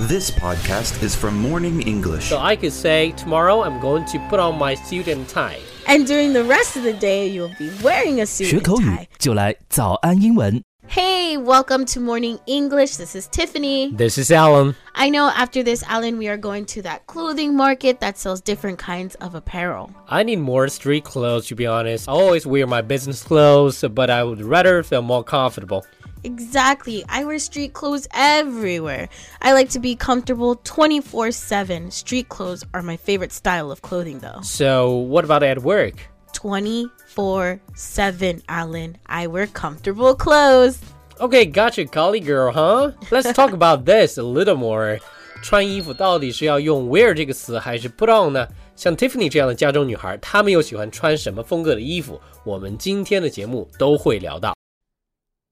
This podcast is from Morning English. So I could say, tomorrow I'm going to put on my suit and tie. And during the rest of the day, you'll be wearing a suit 学 and 口语 tie. 就来早安英文。 Hey, welcome to Morning English. This is Tiffany. This is Alan. I know after this, Alan, we are going to that clothing market that sells different kinds of apparel. I need more street clothes, to be honest. I always wear my business clothes, but I would rather feel more comfortable. Exactly. I wear street clothes everywhere. I like to be comfortable 24 7. Street clothes are my favorite style of clothing, though. So, what about at work? 24 7, Alan. I wear comfortable clothes. Okay, gotcha, collie girl, huh? Let's talk about this a little more. 穿衣服到底是要用 wear 这个词，还是 put on 呢？像 Tiffany 这样的家中女孩，她们又喜欢穿什么风格的衣服？我们今天的节目都会聊到。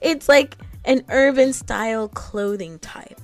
it's like an urban style clothing type.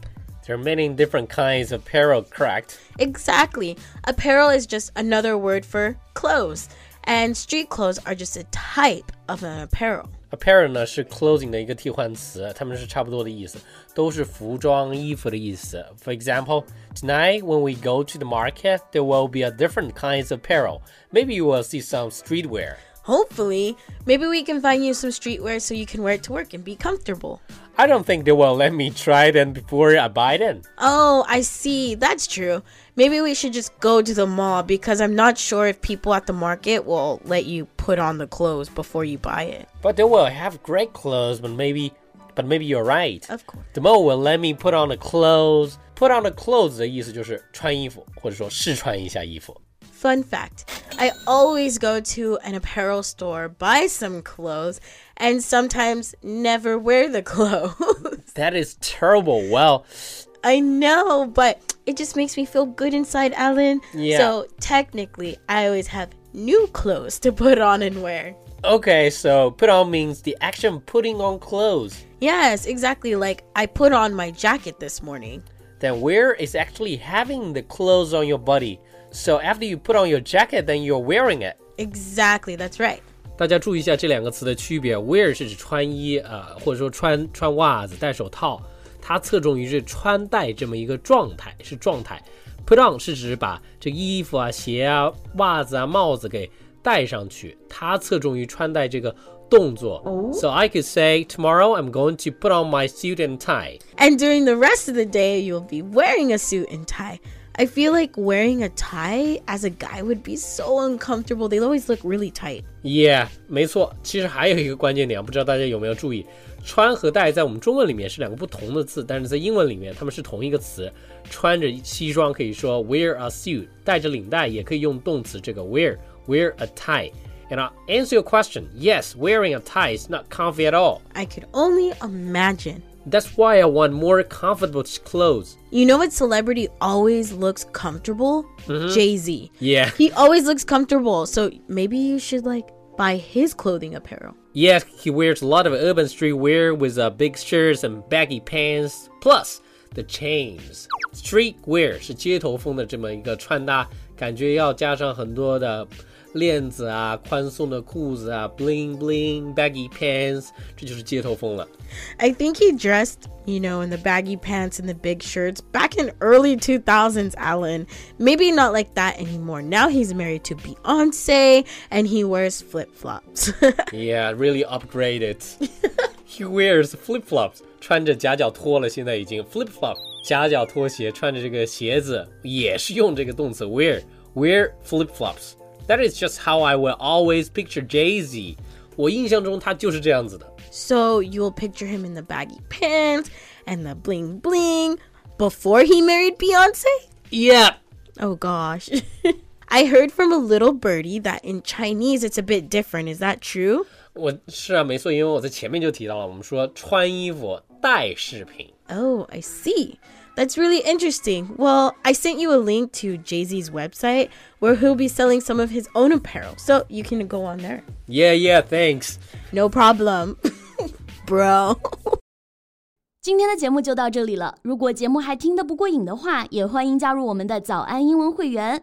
there are many different kinds of apparel, correct? Exactly. Apparel is just another word for clothes, and street clothes are just a type of an apparel. Apparel 呢是 clothing 的一个替换词，它们是差不多的意思，都是服装、衣服的意思。For example, tonight when we go to the market, there will be a different kinds of apparel. Maybe you will see some streetwear. Hopefully, maybe we can find you some streetwear so you can wear it to work and be comfortable. I don't think they will let me try them before I buy them. Oh, I see. That's true. Maybe we should just go to the mall because I'm not sure if people at the market will let you put on the clothes before you buy it. But they will have great clothes, but maybe, but maybe you're right. Of course. The mall will let me put on the clothes. Put on the clothes 的意思就是穿衣服，或者说试穿一下衣服。 Fun fact I always go to an apparel store, buy some clothes, and sometimes never wear the clothes. That is terrible. Well. I know, but it just makes me feel good inside, Alan. Yeah. So technically, I always have new clothes to put on and wear. Okay, so put on means the action putting on clothes. Yes, exactly. Like I put on my jacket this morning. Then wear is actually having the clothes on your body. So after you put on your jacket, then you're wearing it. Exactly, that's right. 大家注意一下这两个词的区别。Wear 是指穿衣啊、呃或者说穿穿袜子、戴手套，它侧重于是穿戴这么一个状态，是状态。Put on 是指把这个衣服啊、鞋啊、袜子啊、帽子给戴上去，它侧重于穿戴这个动作。So I could say tomorrow I'm going to put on my suit and tie. And during the rest of the day, you'll be wearing a suit and tie. I feel like wearing a tie as a guy would be so uncomfortable. They always look really tight. Yeah，没错。其实还有一个关键点，不知道大家有没有注意，穿和戴在我们中文里面是两个不同的字，但是在英文里面它们是同一个词。穿着西装可以说 wear a suit，带着领带也可以用动词这个 wear wear a tie。And I'll answer your question. Yes, wearing a tie is not comfy at all. I could only imagine. That's why I want more comfortable clothes. You know what celebrity always looks comfortable? Jay Z. Yeah. He always looks comfortable, so maybe you should like buy his clothing apparel. Yes, he wears a lot of urban streetwear with uh, big shirts and baggy pants, plus the chains. Streetwear 是街头风的这么一个穿搭，感觉要加上很多的链子啊、宽松的裤子啊、bling bling baggy pants，这就是街头风了。 I think he dressed, you know, in the baggy pants and the big shirts back in early 2000s, Alan. Maybe not like that anymore. Now he's married to Beyonce and he wears flip flops. Yeah, really upgraded. He wears flip flops，穿着夹脚拖了，现在已经 flip flop 夹脚拖鞋，穿着这个鞋子也是用这个动词 wear wear flip flops。That is just how I will always picture Jay Z。我印象中他就是这样子的。 so you'll picture him in the baggy pants and the bling bling before he married Beyonce? Yeah, Oh gosh. I heard from a little birdie that in Chinese it's a bit different. Is that true? 我是啊，没错，因为我在前面就提到了，我们说穿衣服带饰品， Oh, I see. That's really interesting. Well, I sent you a link to Jay Z's website where he'll be selling some of his own apparel, so you can go on there. Yeah, yeah, thanks. No problem, bro. 今天的节目就到这里了。如果节目还听得不过瘾的话，也欢迎加入我们的早安英文会员。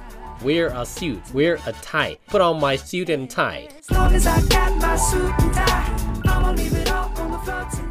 Wear a suit. Wear a tie. Put on my suit and tie. As long as I got my suit and tie, I'ma leave it all on the floor tonight.